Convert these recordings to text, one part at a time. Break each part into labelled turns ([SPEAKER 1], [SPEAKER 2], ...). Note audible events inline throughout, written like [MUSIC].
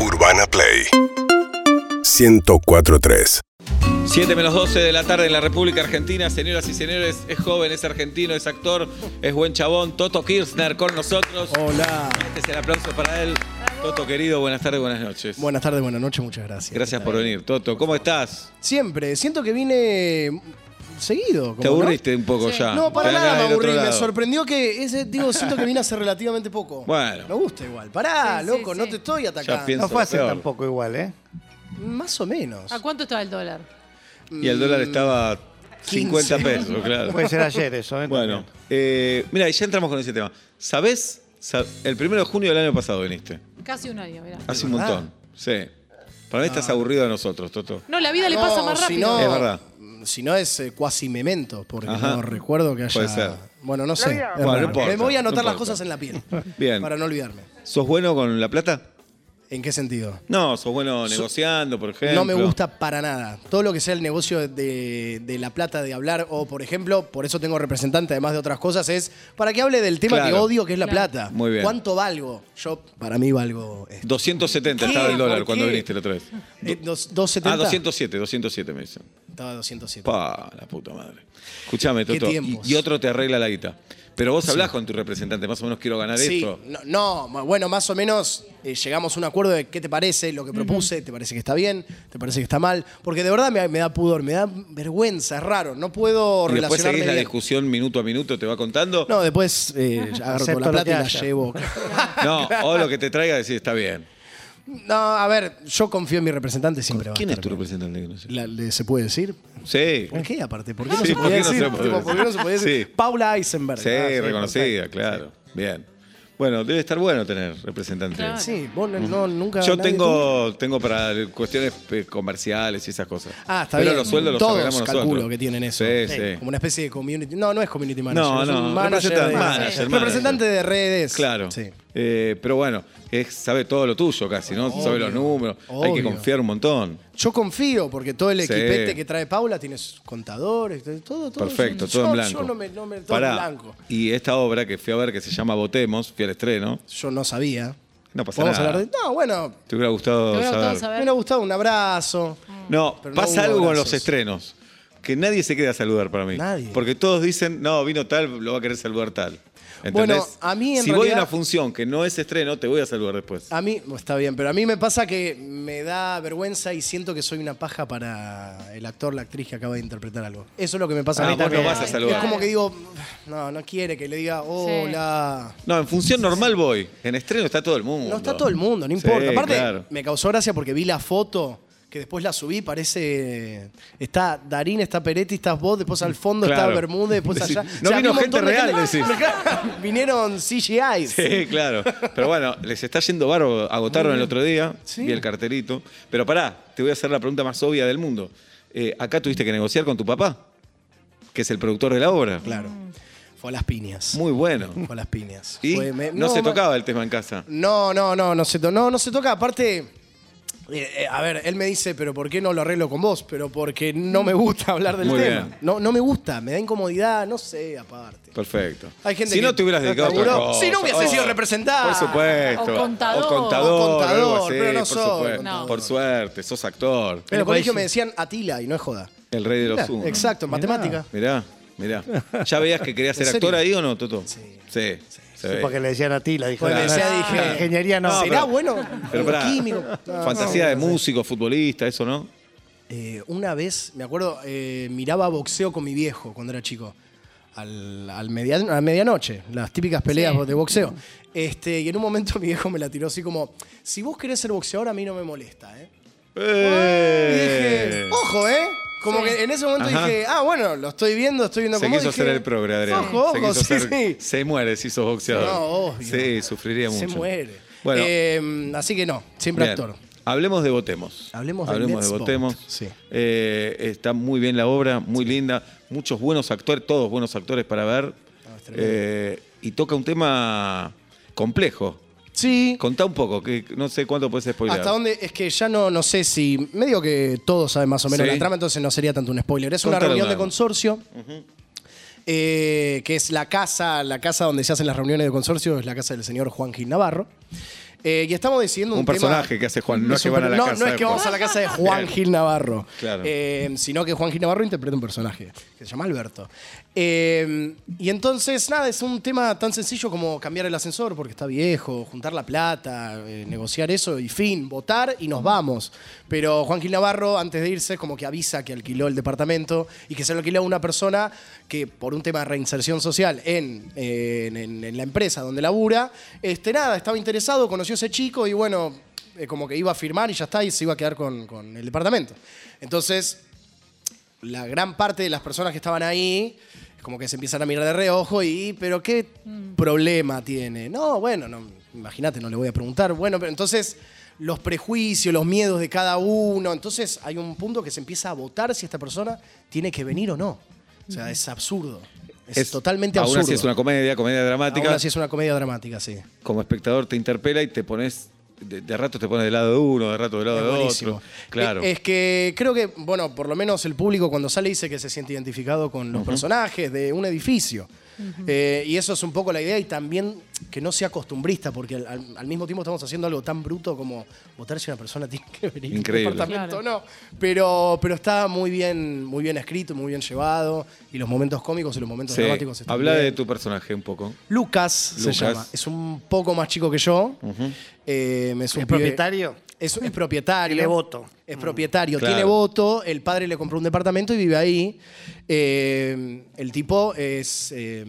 [SPEAKER 1] Urbana Play 1043
[SPEAKER 2] 7 menos 12 de la tarde en la República Argentina, señoras y señores, es joven, es argentino, es actor, es buen chabón, Toto Kirchner con nosotros.
[SPEAKER 3] Hola.
[SPEAKER 2] Este es el aplauso para él. Toto querido, buenas tardes, buenas noches.
[SPEAKER 3] Buenas tardes, buenas noches, muchas gracias.
[SPEAKER 2] Gracias por venir, Toto. ¿Cómo estás?
[SPEAKER 3] Siempre, siento que vine seguido. como,
[SPEAKER 2] Te
[SPEAKER 3] ¿no?
[SPEAKER 2] aburriste un poco ya.
[SPEAKER 3] No, para
[SPEAKER 2] Te dan
[SPEAKER 3] nada
[SPEAKER 2] ganas
[SPEAKER 3] me
[SPEAKER 2] del otro
[SPEAKER 3] aburrí, me
[SPEAKER 2] lado.
[SPEAKER 3] sorprendió que, ese, digo, siento que vine hace relativamente poco.
[SPEAKER 2] Bueno.
[SPEAKER 3] Me gusta igual. Pará,
[SPEAKER 4] Sí, sí,
[SPEAKER 3] loco, no
[SPEAKER 4] sí.
[SPEAKER 3] te estoy atacando.
[SPEAKER 2] Ya pienso.
[SPEAKER 5] No fue hace
[SPEAKER 2] peor.
[SPEAKER 5] tampoco igual, ¿eh?
[SPEAKER 3] Más o menos.
[SPEAKER 4] ¿A cuánto estaba el dólar?
[SPEAKER 2] Y el dólar estaba 50 pesos, claro.
[SPEAKER 3] Pues
[SPEAKER 5] Puede ser ayer eso, ¿eh?
[SPEAKER 2] Bueno, eh, mira, ya entramos con ese tema. ¿Sabés? Sa- El primero de junio del año pasado viniste.
[SPEAKER 4] Casi un año, mirá.
[SPEAKER 2] Hace un
[SPEAKER 3] ¿Verdad? Ah.
[SPEAKER 2] montón. Sí. Para mí estás aburrido de nosotros, Toto.
[SPEAKER 4] No, la vida le pasa más
[SPEAKER 3] si
[SPEAKER 4] rápido.
[SPEAKER 3] no-
[SPEAKER 2] Es verdad.
[SPEAKER 3] Mm, Si no es eh, cuasi memento, porque
[SPEAKER 2] Ajá.
[SPEAKER 3] no recuerdo que haya.
[SPEAKER 2] Puede ser.
[SPEAKER 3] Bueno, no sé. es
[SPEAKER 2] Bueno, no
[SPEAKER 3] raro.
[SPEAKER 2] importa,
[SPEAKER 3] me voy a
[SPEAKER 2] no
[SPEAKER 3] anotar las
[SPEAKER 2] importa.
[SPEAKER 3] cosas en la piel.
[SPEAKER 2] Bien.
[SPEAKER 3] Para no olvidarme.
[SPEAKER 2] ¿Sos bueno con la plata?
[SPEAKER 3] ¿En qué sentido?
[SPEAKER 2] No, sos bueno negociando, por ejemplo.
[SPEAKER 3] No me gusta para nada. Todo lo que sea el negocio de, de la plata de hablar, o por ejemplo, por eso tengo representante, además de otras cosas, es para que hable del tema que
[SPEAKER 2] Claro.
[SPEAKER 3] odio, que es la
[SPEAKER 4] Claro.
[SPEAKER 3] plata.
[SPEAKER 2] Muy bien.
[SPEAKER 3] ¿Cuánto valgo? Yo, para mí, valgo este, esto.
[SPEAKER 2] 270 estaba
[SPEAKER 3] ¿Qué?
[SPEAKER 2] el dólar
[SPEAKER 3] ¿Por
[SPEAKER 2] cuando
[SPEAKER 3] qué?
[SPEAKER 2] viniste la otra vez.
[SPEAKER 3] Eh, dos- 270.
[SPEAKER 2] Ah, 207, 207 me dicen.
[SPEAKER 3] Estaba 207.
[SPEAKER 2] Pa, la puta madre. Escuchame,
[SPEAKER 3] Qué
[SPEAKER 2] Toto. Y,
[SPEAKER 3] tiempos.
[SPEAKER 2] y otro te arregla la guita. Pero vos hablás con tu representante, más o menos quiero ganar
[SPEAKER 3] Sí,
[SPEAKER 2] esto.
[SPEAKER 3] no, no, ma- bueno, más o menos eh, llegamos a un acuerdo de qué te parece, lo que propuse, te parece que está bien, te parece que está mal, porque de verdad me, me da pudor, me da vergüenza, es raro, no puedo
[SPEAKER 2] Y después
[SPEAKER 3] relacionarme
[SPEAKER 2] seguís la
[SPEAKER 3] bien.
[SPEAKER 2] discusión minuto a minuto, te va contando.
[SPEAKER 3] No, después
[SPEAKER 5] [LAUGHS]
[SPEAKER 3] eh, agarro
[SPEAKER 5] Acepto
[SPEAKER 3] toda la
[SPEAKER 5] lo
[SPEAKER 3] plata
[SPEAKER 5] que
[SPEAKER 3] y la
[SPEAKER 5] haya.
[SPEAKER 3] llevo.
[SPEAKER 2] [LAUGHS] No, o lo que te traiga decís está bien.
[SPEAKER 3] No, a ver, yo confío en mi representante siempre.
[SPEAKER 2] ¿Quién
[SPEAKER 3] va a
[SPEAKER 2] es
[SPEAKER 3] estar
[SPEAKER 2] tu
[SPEAKER 3] bien.
[SPEAKER 2] representante? No sé.
[SPEAKER 3] La- le- ¿Se puede decir?
[SPEAKER 2] Sí.
[SPEAKER 3] ¿Por qué aparte? ¿Por qué no
[SPEAKER 2] Sí,
[SPEAKER 3] se
[SPEAKER 2] ¿por
[SPEAKER 3] podía
[SPEAKER 2] qué no se
[SPEAKER 3] decir?
[SPEAKER 2] puede
[SPEAKER 3] Tipo,
[SPEAKER 2] decir?
[SPEAKER 3] ¿por qué no se podía decir?
[SPEAKER 2] Sí.
[SPEAKER 3] Paula Eisenberg.
[SPEAKER 2] Sí,
[SPEAKER 3] Ah,
[SPEAKER 2] reconocida, claro. Bien. Bueno, debe estar bueno tener representante.
[SPEAKER 4] Claro.
[SPEAKER 3] Ah, Sí, vos no, no- nunca.
[SPEAKER 2] Yo
[SPEAKER 3] nadie
[SPEAKER 2] tengo, tengo para cuestiones eh, comerciales y esas cosas.
[SPEAKER 3] Ah, está
[SPEAKER 2] Pero
[SPEAKER 3] bien.
[SPEAKER 2] los sueldos los
[SPEAKER 3] Todos
[SPEAKER 2] arreglamos nosotros.
[SPEAKER 3] calculo que tienen eso.
[SPEAKER 2] Sí, sí.
[SPEAKER 3] Como una especie de community. No, no es community manager.
[SPEAKER 2] No,
[SPEAKER 3] es
[SPEAKER 2] no,
[SPEAKER 3] un manager
[SPEAKER 2] representante,
[SPEAKER 3] de-
[SPEAKER 2] manager,
[SPEAKER 3] Sí.
[SPEAKER 2] manager.
[SPEAKER 3] representante de redes.
[SPEAKER 2] Claro.
[SPEAKER 3] Sí.
[SPEAKER 2] Eh, pero bueno, es- sabe todo lo tuyo casi, ¿no? sabe los números. Hay que
[SPEAKER 3] obvio.
[SPEAKER 2] confiar un montón.
[SPEAKER 3] Yo confío porque todo el
[SPEAKER 2] Sí.
[SPEAKER 3] equipete que trae Paula tiene sus contadores, todo, todo.
[SPEAKER 2] Perfecto,
[SPEAKER 3] Yo-
[SPEAKER 2] todo en blanco.
[SPEAKER 3] Yo no me, no me- todo
[SPEAKER 2] Pará,
[SPEAKER 3] en blanco.
[SPEAKER 2] Y esta obra que fui a ver que se llama Votemos, fui al estreno.
[SPEAKER 3] Yo no sabía.
[SPEAKER 2] No pasa
[SPEAKER 3] ¿Podemos
[SPEAKER 2] nada.
[SPEAKER 3] hablar de.? No, bueno,
[SPEAKER 2] Te hubiera gustado
[SPEAKER 4] Te hubiera gustado
[SPEAKER 2] saber.
[SPEAKER 4] saber. A
[SPEAKER 3] me
[SPEAKER 4] ver.
[SPEAKER 3] hubiera gustado un abrazo.
[SPEAKER 2] No,
[SPEAKER 3] Pero no
[SPEAKER 2] pasa
[SPEAKER 3] hubo
[SPEAKER 2] algo con los
[SPEAKER 3] abrazos.
[SPEAKER 2] estrenos. Que nadie se queda a saludar para mí.
[SPEAKER 3] Nadie.
[SPEAKER 2] Porque todos dicen, no, vino tal, lo va a querer saludar tal. ¿Entendés?
[SPEAKER 3] Bueno, a mí en
[SPEAKER 2] Si voy a
[SPEAKER 3] realidad-
[SPEAKER 2] una función que no es estreno, te voy a saludar después.
[SPEAKER 3] A mí, bueno, está bien, pero a mí me pasa que me da vergüenza y siento que soy una paja para el actor, la actriz que acaba de interpretar algo. Eso es lo que me pasa
[SPEAKER 2] Ah,
[SPEAKER 3] a mí
[SPEAKER 2] vos no
[SPEAKER 3] también.
[SPEAKER 2] vas a saludar.
[SPEAKER 3] Es como que digo, no, no quiere que le diga hola.
[SPEAKER 2] No, en función normal voy. En estreno está todo el mundo.
[SPEAKER 3] No está todo el mundo, no importa.
[SPEAKER 2] Sí,
[SPEAKER 3] Aparte,
[SPEAKER 2] claro.
[SPEAKER 3] me causó gracia porque vi la foto que después la subí, parece. Está Darín, está Peretti, estás vos, después al fondo
[SPEAKER 2] Claro.
[SPEAKER 3] está
[SPEAKER 2] [LAUGHS]
[SPEAKER 3] Bermúdez, después
[SPEAKER 2] Decís,
[SPEAKER 3] allá.
[SPEAKER 2] no vino
[SPEAKER 3] vi un
[SPEAKER 2] gente
[SPEAKER 3] montón de
[SPEAKER 2] real,
[SPEAKER 3] [LAUGHS] Vinieron
[SPEAKER 2] [LAUGHS]
[SPEAKER 3] CGI.
[SPEAKER 2] Sí, claro. Pero bueno, les está yendo barro. Agotaron el otro día.
[SPEAKER 3] Sí.
[SPEAKER 2] Y el carterito. Pero pará, te voy a hacer la pregunta más obvia del mundo. Eh, acá tuviste que negociar con tu papá, que es el productor de la obra.
[SPEAKER 3] Claro. Fue a las piñas.
[SPEAKER 2] Muy bueno.
[SPEAKER 3] Fue a las piñas.
[SPEAKER 2] Y
[SPEAKER 3] Fue- me-
[SPEAKER 2] no, se
[SPEAKER 3] ma-
[SPEAKER 2] tocaba el tema en casa.
[SPEAKER 3] No, no, no, no se, to- no, no se toca. Aparte, eh, eh, a ver, él me dice, pero ¿por qué no lo arreglo con vos? Pero porque no me gusta hablar del
[SPEAKER 2] Muy
[SPEAKER 3] tema.
[SPEAKER 2] bien.
[SPEAKER 3] No, no me gusta, me da incomodidad, no sé, aparte.
[SPEAKER 2] Perfecto.
[SPEAKER 3] Hay gente
[SPEAKER 2] si
[SPEAKER 3] que
[SPEAKER 2] no te hubieras dedicado a otra
[SPEAKER 3] laburó.
[SPEAKER 2] cosa.
[SPEAKER 3] Si no hubiese sido representante.
[SPEAKER 2] Por supuesto.
[SPEAKER 4] O contador.
[SPEAKER 2] O contador,
[SPEAKER 3] O contador,
[SPEAKER 2] algo así,
[SPEAKER 3] pero no
[SPEAKER 2] por
[SPEAKER 3] soy
[SPEAKER 2] supuesto.
[SPEAKER 4] contador.
[SPEAKER 2] Por suerte, sos actor.
[SPEAKER 3] En el
[SPEAKER 5] Pero
[SPEAKER 3] colegio
[SPEAKER 5] parece-
[SPEAKER 3] me decían Atila y no es joda.
[SPEAKER 2] El rey de los
[SPEAKER 3] Claro,
[SPEAKER 2] humos.
[SPEAKER 3] Exacto,
[SPEAKER 5] Mirá.
[SPEAKER 3] matemática.
[SPEAKER 2] Mirá, mirá. ¿Ya veías que querías ser
[SPEAKER 3] [LAUGHS] ¿En
[SPEAKER 2] actor ahí
[SPEAKER 3] serio?
[SPEAKER 2] o no, Toto?
[SPEAKER 3] Sí.
[SPEAKER 2] Sí. se
[SPEAKER 5] Sí,
[SPEAKER 2] ve.
[SPEAKER 5] porque le decían a ti, la dijo.
[SPEAKER 3] Pues
[SPEAKER 5] "No,
[SPEAKER 3] le decía,
[SPEAKER 5] no,
[SPEAKER 3] dije,
[SPEAKER 5] Ingeniería no.
[SPEAKER 2] Ah,
[SPEAKER 3] ¿Será
[SPEAKER 2] pero-
[SPEAKER 3] bueno?
[SPEAKER 2] Pero pará,
[SPEAKER 3] Químico. No,
[SPEAKER 2] fantasía
[SPEAKER 3] no,
[SPEAKER 2] de
[SPEAKER 3] no sé.
[SPEAKER 2] músico, futbolista, eso, ¿no?
[SPEAKER 3] Eh, una vez, me acuerdo, eh, miraba boxeo con mi viejo cuando era chico. Al, al media- a medianoche, las típicas peleas
[SPEAKER 4] Sí.
[SPEAKER 3] de boxeo. Este, y en un momento [LAUGHS] mi viejo me la tiró así como: Si vos querés ser boxeador, a mí no me molesta, ¿eh? Y
[SPEAKER 2] ¡Eh!
[SPEAKER 3] dije: Ojo, ¿eh? Como
[SPEAKER 4] Sí.
[SPEAKER 3] que en ese momento
[SPEAKER 2] Ajá.
[SPEAKER 3] dije: Ah, bueno, lo estoy viendo, estoy viendo
[SPEAKER 2] Se
[SPEAKER 3] cómo.
[SPEAKER 2] quiso
[SPEAKER 3] dije,
[SPEAKER 2] hacer el progre, Adrián.
[SPEAKER 3] Ojo,
[SPEAKER 2] se,
[SPEAKER 3] ojo,
[SPEAKER 2] quiso
[SPEAKER 3] sí,
[SPEAKER 2] hacer-
[SPEAKER 3] sí.
[SPEAKER 2] se muere si sos boxeador.
[SPEAKER 3] No, obvio.
[SPEAKER 2] Sí, sufriría mucho.
[SPEAKER 3] Se muere.
[SPEAKER 2] Bueno,
[SPEAKER 3] Eh, así que no, siempre
[SPEAKER 2] Bien.
[SPEAKER 3] actor.
[SPEAKER 2] Hablemos de Votemos.
[SPEAKER 3] Hablemos de Let's Vote.
[SPEAKER 2] Votemos.
[SPEAKER 3] Sí.
[SPEAKER 2] Eh, está muy bien la obra, muy linda. Muchos buenos actores, todos buenos actores para ver.
[SPEAKER 3] Ah, es tremendo.
[SPEAKER 2] Eh, y toca un tema complejo.
[SPEAKER 3] Sí.
[SPEAKER 2] Contá un poco, que no sé cuánto puedes spoiler.
[SPEAKER 3] ¿Hasta dónde? Es que ya no, no sé si. Medio que todos saben más o menos
[SPEAKER 2] Sí.
[SPEAKER 3] la trama, entonces no sería tanto un spoiler. Es
[SPEAKER 2] Contalo
[SPEAKER 3] una reunión de
[SPEAKER 2] algo.
[SPEAKER 3] consorcio. eh, que es la casa, la casa donde se hacen las reuniones de consorcio, es la casa del señor Juan Gil Navarro. Eh, y estamos decidiendo un,
[SPEAKER 2] Un
[SPEAKER 3] tema-
[SPEAKER 2] personaje que hace Juan, no
[SPEAKER 3] Es [LAUGHS]
[SPEAKER 2] que
[SPEAKER 3] un
[SPEAKER 2] van a
[SPEAKER 3] per-
[SPEAKER 2] la
[SPEAKER 3] no,
[SPEAKER 2] casa
[SPEAKER 3] No es
[SPEAKER 2] de
[SPEAKER 3] que
[SPEAKER 2] Juan.
[SPEAKER 3] vamos a la casa de Juan
[SPEAKER 2] Bien.
[SPEAKER 3] Gil Navarro.
[SPEAKER 2] Claro.
[SPEAKER 3] Eh, sino que Juan Gil Navarro interpreta un personaje que se llama Alberto. Eh, y entonces, nada, es un tema tan sencillo como cambiar el ascensor porque está viejo, juntar la plata, eh, negociar eso y fin, votar y nos vamos. Pero Juan Gil Navarro, antes de irse, como que avisa que alquiló el departamento y que se lo alquiló a una persona que, por un tema de reinserción social en, eh, en- en- en la empresa donde labura, este, nada, estaba interesado, conoció a ese chico y bueno eh, como que iba a firmar y ya está, y se iba a quedar con, con el departamento. Entonces, la gran parte de las personas que estaban ahí, como que se empiezan a mirar de reojo y, pero ¿qué problema tiene? No, bueno, no, imagínate, no le voy a preguntar. Bueno, pero entonces los prejuicios, los miedos de cada uno, entonces hay un punto que se empieza a votar si esta persona tiene que venir o no. O sea, es absurdo. Es, totalmente
[SPEAKER 2] aún
[SPEAKER 3] absurdo.
[SPEAKER 2] así es una comedia, comedia dramática.
[SPEAKER 3] Aún así es una comedia dramática, sí.
[SPEAKER 2] Como espectador te interpela y te pones. De, de rato te pones del lado de uno, de rato del
[SPEAKER 3] Es
[SPEAKER 2] lado de
[SPEAKER 3] buenísimo.
[SPEAKER 2] otro. Claro.
[SPEAKER 3] Es, es que creo que, bueno, por lo menos el público cuando sale dice que se siente identificado con los personajes de un edificio. Eh, y eso es un poco la idea y también que no sea costumbrista, porque al, al- al mismo tiempo estamos haciendo algo tan bruto como votar si una persona [LAUGHS] tiene que venir al
[SPEAKER 2] Increíble.
[SPEAKER 3] departamento o no. Pero, pero está muy bien, muy bien escrito, muy bien llevado, y los momentos cómicos y los momentos
[SPEAKER 2] Sí.
[SPEAKER 3] dramáticos están
[SPEAKER 2] Habla
[SPEAKER 3] bien.
[SPEAKER 2] de tu personaje un poco.
[SPEAKER 3] Lucas, se
[SPEAKER 2] Lucas.
[SPEAKER 3] llama. Es un poco más chico que yo. Eh, es un
[SPEAKER 5] ¿Es
[SPEAKER 3] pibe-
[SPEAKER 5] propietario?
[SPEAKER 3] Es, es propietario.
[SPEAKER 5] Tiene voto.
[SPEAKER 3] Es propietario.
[SPEAKER 2] Claro.
[SPEAKER 3] Tiene voto. El padre le compró un departamento y vive ahí. Eh, el tipo es. eh,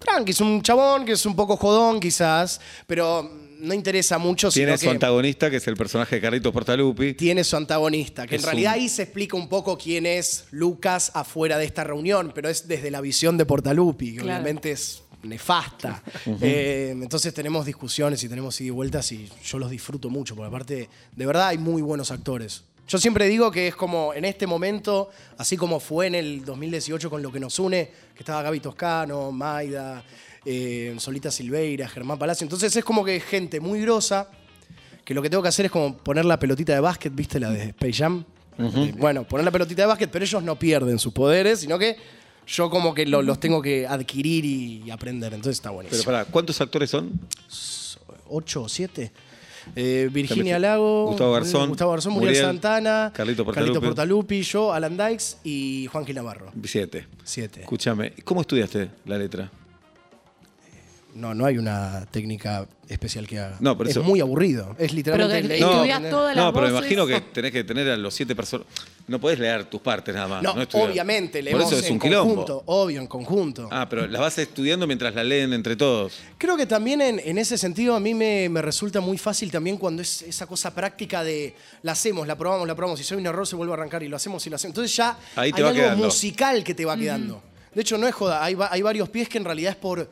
[SPEAKER 3] tranqui, es un chabón que es un poco jodón, quizás, pero no interesa mucho. sino
[SPEAKER 2] Tiene su
[SPEAKER 3] que-
[SPEAKER 2] antagonista, que es el personaje de Carlitos Portalupi.
[SPEAKER 3] tiene su antagonista, que
[SPEAKER 2] Es
[SPEAKER 3] en realidad
[SPEAKER 2] un-
[SPEAKER 3] ahí se explica un poco quién es Lucas afuera de esta reunión, pero es desde la visión de Portalupi, que
[SPEAKER 4] Claro.
[SPEAKER 3] obviamente es nefasta. Eh, entonces tenemos discusiones y tenemos ida y vueltas y yo los disfruto mucho, porque aparte, de verdad hay muy buenos actores. Yo siempre digo que es como en este momento, así como fue en el 2018 con Lo que nos une, que estaba Gaby Toscano, Maida, eh, Solita Silveira, Germán Palacio. Entonces es como que es gente muy grosa, que lo que tengo que hacer es como poner la pelotita de básquet, ¿viste? La de Space Jam. Eh, Bueno, poner la pelotita de básquet, pero ellos no pierden sus poderes, sino que yo como que lo- los tengo que adquirir y, y aprender. Entonces está
[SPEAKER 2] Pero
[SPEAKER 3] buenísimo.
[SPEAKER 2] pará, ¿cuántos actores son?
[SPEAKER 3] ¿Ocho o siete? Eh, Virginia
[SPEAKER 2] También-
[SPEAKER 3] Lago, eh,
[SPEAKER 2] Gustavo Garzón,
[SPEAKER 3] Gustavo Garzón, Muriel,
[SPEAKER 2] Muriel,
[SPEAKER 3] Santana,
[SPEAKER 2] Carlito Portalupi.
[SPEAKER 3] Portalupi, yo, Alan Dykes y Juan Gil Navarro.
[SPEAKER 2] Siete.
[SPEAKER 3] Siete.
[SPEAKER 2] Escúchame, ¿cómo estudiaste la letra?
[SPEAKER 3] No, no hay una técnica especial que haga.
[SPEAKER 2] No, por eso-
[SPEAKER 3] Es muy aburrido. Es literalmente
[SPEAKER 4] Pero
[SPEAKER 3] leer-
[SPEAKER 4] No.
[SPEAKER 2] No,
[SPEAKER 4] Estudiás todas las
[SPEAKER 2] no, pero me
[SPEAKER 4] voces.
[SPEAKER 2] imagino que tenés que tener a los siete personas. No podés leer tus partes nada más.
[SPEAKER 3] No,
[SPEAKER 2] estudiar.
[SPEAKER 3] obviamente,
[SPEAKER 2] Ah, Por
[SPEAKER 3] leemos
[SPEAKER 2] eso es
[SPEAKER 3] en
[SPEAKER 2] un
[SPEAKER 3] conjunto,
[SPEAKER 2] quilombo.
[SPEAKER 3] obvio, en conjunto.
[SPEAKER 2] Ah, pero las vas estudiando mientras la leen entre todos.
[SPEAKER 3] Creo que también en, en ese sentido a mí me, me resulta muy fácil también cuando es esa cosa práctica de la hacemos, la probamos, la probamos, si soy un error se vuelve a arrancar y lo hacemos y lo hacemos. Entonces ya
[SPEAKER 2] Ahí te
[SPEAKER 3] hay
[SPEAKER 2] va
[SPEAKER 3] algo
[SPEAKER 2] quedando.
[SPEAKER 3] musical que te va quedando. De hecho, no es joda, hay, va- hay varios pies que en realidad es por,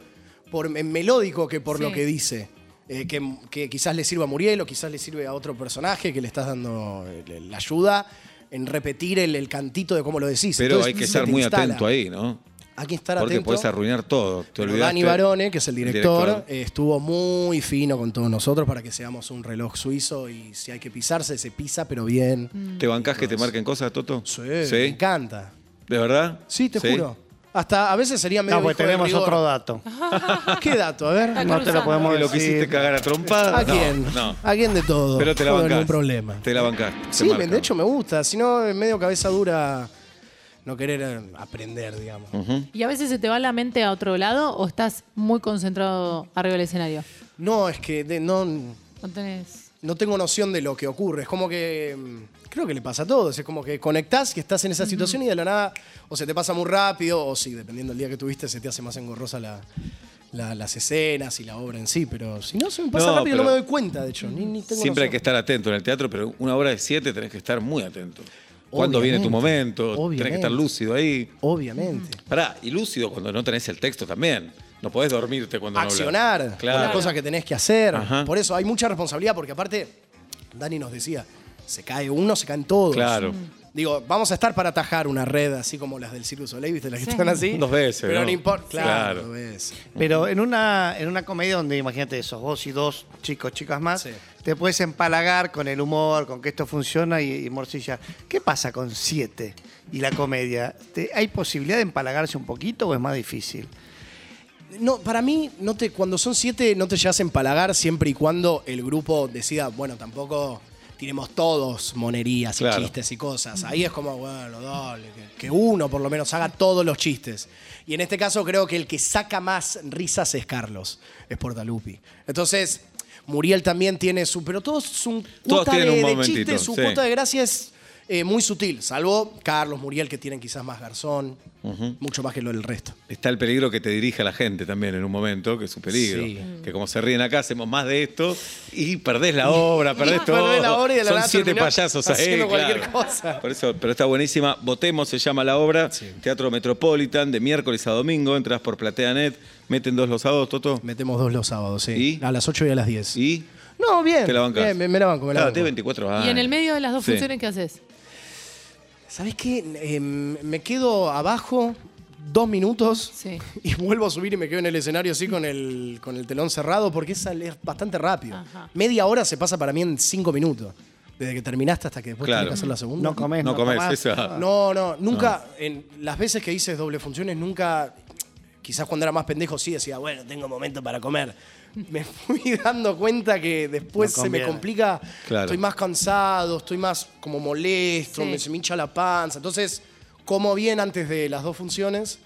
[SPEAKER 3] por me- melódico que por
[SPEAKER 4] Sí.
[SPEAKER 3] lo que dice. Eh, que, que quizás le sirva a Muriel o quizás le sirve a otro personaje que le estás dando el- el- la ayuda en repetir el, el cantito de cómo lo decís.
[SPEAKER 2] Pero
[SPEAKER 3] Entonces,
[SPEAKER 2] hay que
[SPEAKER 3] se
[SPEAKER 2] estar
[SPEAKER 3] te
[SPEAKER 2] muy
[SPEAKER 3] instala.
[SPEAKER 2] atento ahí, ¿no?
[SPEAKER 3] Hay que estar
[SPEAKER 2] Porque
[SPEAKER 3] atento.
[SPEAKER 2] podés arruinar todo. Te
[SPEAKER 3] Pero
[SPEAKER 2] olvidaste.
[SPEAKER 3] Dani Barone, que es el
[SPEAKER 2] El
[SPEAKER 3] director,
[SPEAKER 2] director.
[SPEAKER 3] eh, estuvo muy fino con todos nosotros para que seamos un reloj suizo y si hay que pisarse, se pisa, pero bien.
[SPEAKER 2] ¿Te bancás que te marquen cosas, Toto?
[SPEAKER 3] eh. Sí, me encanta.
[SPEAKER 2] ¿De verdad?
[SPEAKER 3] Sí, te juro. Hasta a veces sería medio.
[SPEAKER 5] No, pues
[SPEAKER 3] hijo de
[SPEAKER 5] tenemos
[SPEAKER 3] rigor.
[SPEAKER 5] otro dato.
[SPEAKER 3] ¿Qué dato? A ver.
[SPEAKER 5] No te lo
[SPEAKER 4] cruzando.
[SPEAKER 5] podemos
[SPEAKER 2] ¿Y
[SPEAKER 5] decir.
[SPEAKER 2] lo quisiste cagar a trompada?
[SPEAKER 3] ¿A
[SPEAKER 2] No,
[SPEAKER 3] quién?
[SPEAKER 2] No.
[SPEAKER 3] ¿A quién de todo?
[SPEAKER 2] Pero te la
[SPEAKER 3] No,
[SPEAKER 2] bancás.
[SPEAKER 3] ningún problema.
[SPEAKER 2] Te la bancaste.
[SPEAKER 3] Sí, me- de hecho me gusta. Si no, es medio cabeza dura no querer eh, aprender, digamos.
[SPEAKER 2] Mm.
[SPEAKER 4] ¿Y a veces se te va la mente a otro lado o estás muy concentrado arriba del escenario?
[SPEAKER 3] No, es que de- no.
[SPEAKER 4] No tenés.
[SPEAKER 3] no tengo noción de lo que ocurre. Es como que. mm, Creo que le pasa a todos. Es como que conectás que estás en esa situación y de la nada o se te pasa muy rápido, o sí, dependiendo del día que tuviste, se te hace más engorrosa la- la- las escenas y la obra en sí. Pero si no, se me pasa
[SPEAKER 2] No,
[SPEAKER 3] rápido, no me
[SPEAKER 2] pero-
[SPEAKER 3] doy cuenta, de hecho. Ni, ni tengo
[SPEAKER 2] Siempre hay
[SPEAKER 3] noción.
[SPEAKER 2] que estar atento en el teatro, pero una hora de siete tenés que estar muy atento. ¿Cuándo viene tu momento?
[SPEAKER 3] Obviamente,
[SPEAKER 2] Tenés que estar
[SPEAKER 3] obviamente.
[SPEAKER 2] lúcido ahí.
[SPEAKER 3] Obviamente.
[SPEAKER 2] Pará, y lúcido cuando no tenés el texto también. No podés dormirte cuando no
[SPEAKER 3] accionar
[SPEAKER 2] hablas.
[SPEAKER 3] con las
[SPEAKER 2] Claro.
[SPEAKER 3] cosas que tenés que hacer.
[SPEAKER 2] Ajá.
[SPEAKER 3] Por eso hay mucha responsabilidad, porque aparte, Dani nos decía, se cae uno, se caen todos.
[SPEAKER 2] Claro.
[SPEAKER 3] Digo, vamos a estar para atajar una red así como las del Cirque du Soleil, ¿viste? Las que están así.
[SPEAKER 2] Dos veces,
[SPEAKER 3] Pero
[SPEAKER 2] ¿no?
[SPEAKER 3] no, importa. Claro,
[SPEAKER 2] Claro.
[SPEAKER 3] dos veces.
[SPEAKER 5] Pero en una, en una comedia donde, imagínate eso, vos y dos chicos, chicas más,
[SPEAKER 3] Sí.
[SPEAKER 5] te puedes empalagar con el humor, con que esto funciona y, y morcilla. ¿Qué pasa con siete y la comedia? ¿Te- ¿Hay posibilidad de empalagarse un poquito o es más difícil?
[SPEAKER 3] No, para mí, no te, cuando son siete, no te llegas a empalagar siempre y cuando el grupo decida, bueno, tampoco tiremos todos monerías y
[SPEAKER 2] Claro.
[SPEAKER 3] chistes y cosas. Ahí es como, bueno, dale, que, que uno por lo menos haga todos los chistes. Y en este caso creo que el que saca más risas es Carlos, es Portalupi. Entonces, Muriel también tiene su. Pero todos su
[SPEAKER 2] Todos
[SPEAKER 3] cuota
[SPEAKER 2] tienen
[SPEAKER 3] de,
[SPEAKER 2] un
[SPEAKER 3] de
[SPEAKER 2] momentito,
[SPEAKER 3] chistes, su
[SPEAKER 2] sí.
[SPEAKER 3] cuota de gracia es. eh, muy sutil, salvo Carlos, Muriel, que tienen quizás más garzón, mucho más que lo del resto.
[SPEAKER 2] Está el peligro que te dirija la gente también en un momento, que es un peligro.
[SPEAKER 3] Sí.
[SPEAKER 2] Que como se ríen acá, hacemos más de esto y perdés la obra, perdés todo.
[SPEAKER 3] Perdés la obra y de la
[SPEAKER 2] Son
[SPEAKER 3] nada
[SPEAKER 2] siete
[SPEAKER 3] terminás
[SPEAKER 2] payasos ahí.
[SPEAKER 3] haciendo cualquier
[SPEAKER 2] claro.
[SPEAKER 3] cosa.
[SPEAKER 2] Por eso, pero está buenísima. Votemos, se llama la obra. Teatro Metropolitan, de miércoles a domingo. Entras por PlateaNet, meten dos los sábados, Toto.
[SPEAKER 3] Metemos dos los sábados, sí.
[SPEAKER 2] ¿Y?
[SPEAKER 3] A las 8 y a las 10.
[SPEAKER 2] Y
[SPEAKER 3] No, bien.
[SPEAKER 2] te la bancás.
[SPEAKER 3] Bien, me, me la banco, me la
[SPEAKER 2] Claro,
[SPEAKER 3] banco.
[SPEAKER 2] tenés 24 años.
[SPEAKER 4] Y en el medio de las dos
[SPEAKER 2] Ah. Sí.
[SPEAKER 4] funciones, ¿qué haces?
[SPEAKER 3] ¿Sabés qué? Eh, me quedo abajo dos minutos
[SPEAKER 4] Sí.
[SPEAKER 3] [LAUGHS] y vuelvo a subir y me quedo en el escenario así con el, con el telón cerrado porque esa es bastante rápido.
[SPEAKER 4] Ajá.
[SPEAKER 3] Media hora se pasa para mí en cinco minutos. Desde que terminaste hasta que después
[SPEAKER 2] Claro.
[SPEAKER 3] tenés que hacer la segunda.
[SPEAKER 5] No comés,
[SPEAKER 2] No
[SPEAKER 5] no,
[SPEAKER 2] comés,
[SPEAKER 5] tomás.
[SPEAKER 2] esa.
[SPEAKER 3] No, no,
[SPEAKER 5] Ah.
[SPEAKER 3] nunca, en las veces que hice doble funciones, nunca, quizás cuando era más pendejo sí decía, bueno, tengo momento para comer. Me [LAUGHS] fui dando cuenta que después
[SPEAKER 5] No
[SPEAKER 3] se me
[SPEAKER 5] conviene.
[SPEAKER 3] complica,
[SPEAKER 2] Claro.
[SPEAKER 3] estoy más cansado, estoy más como molesto,
[SPEAKER 4] Sí.
[SPEAKER 3] me, se me hincha la panza. Entonces, como bien antes de las dos funciones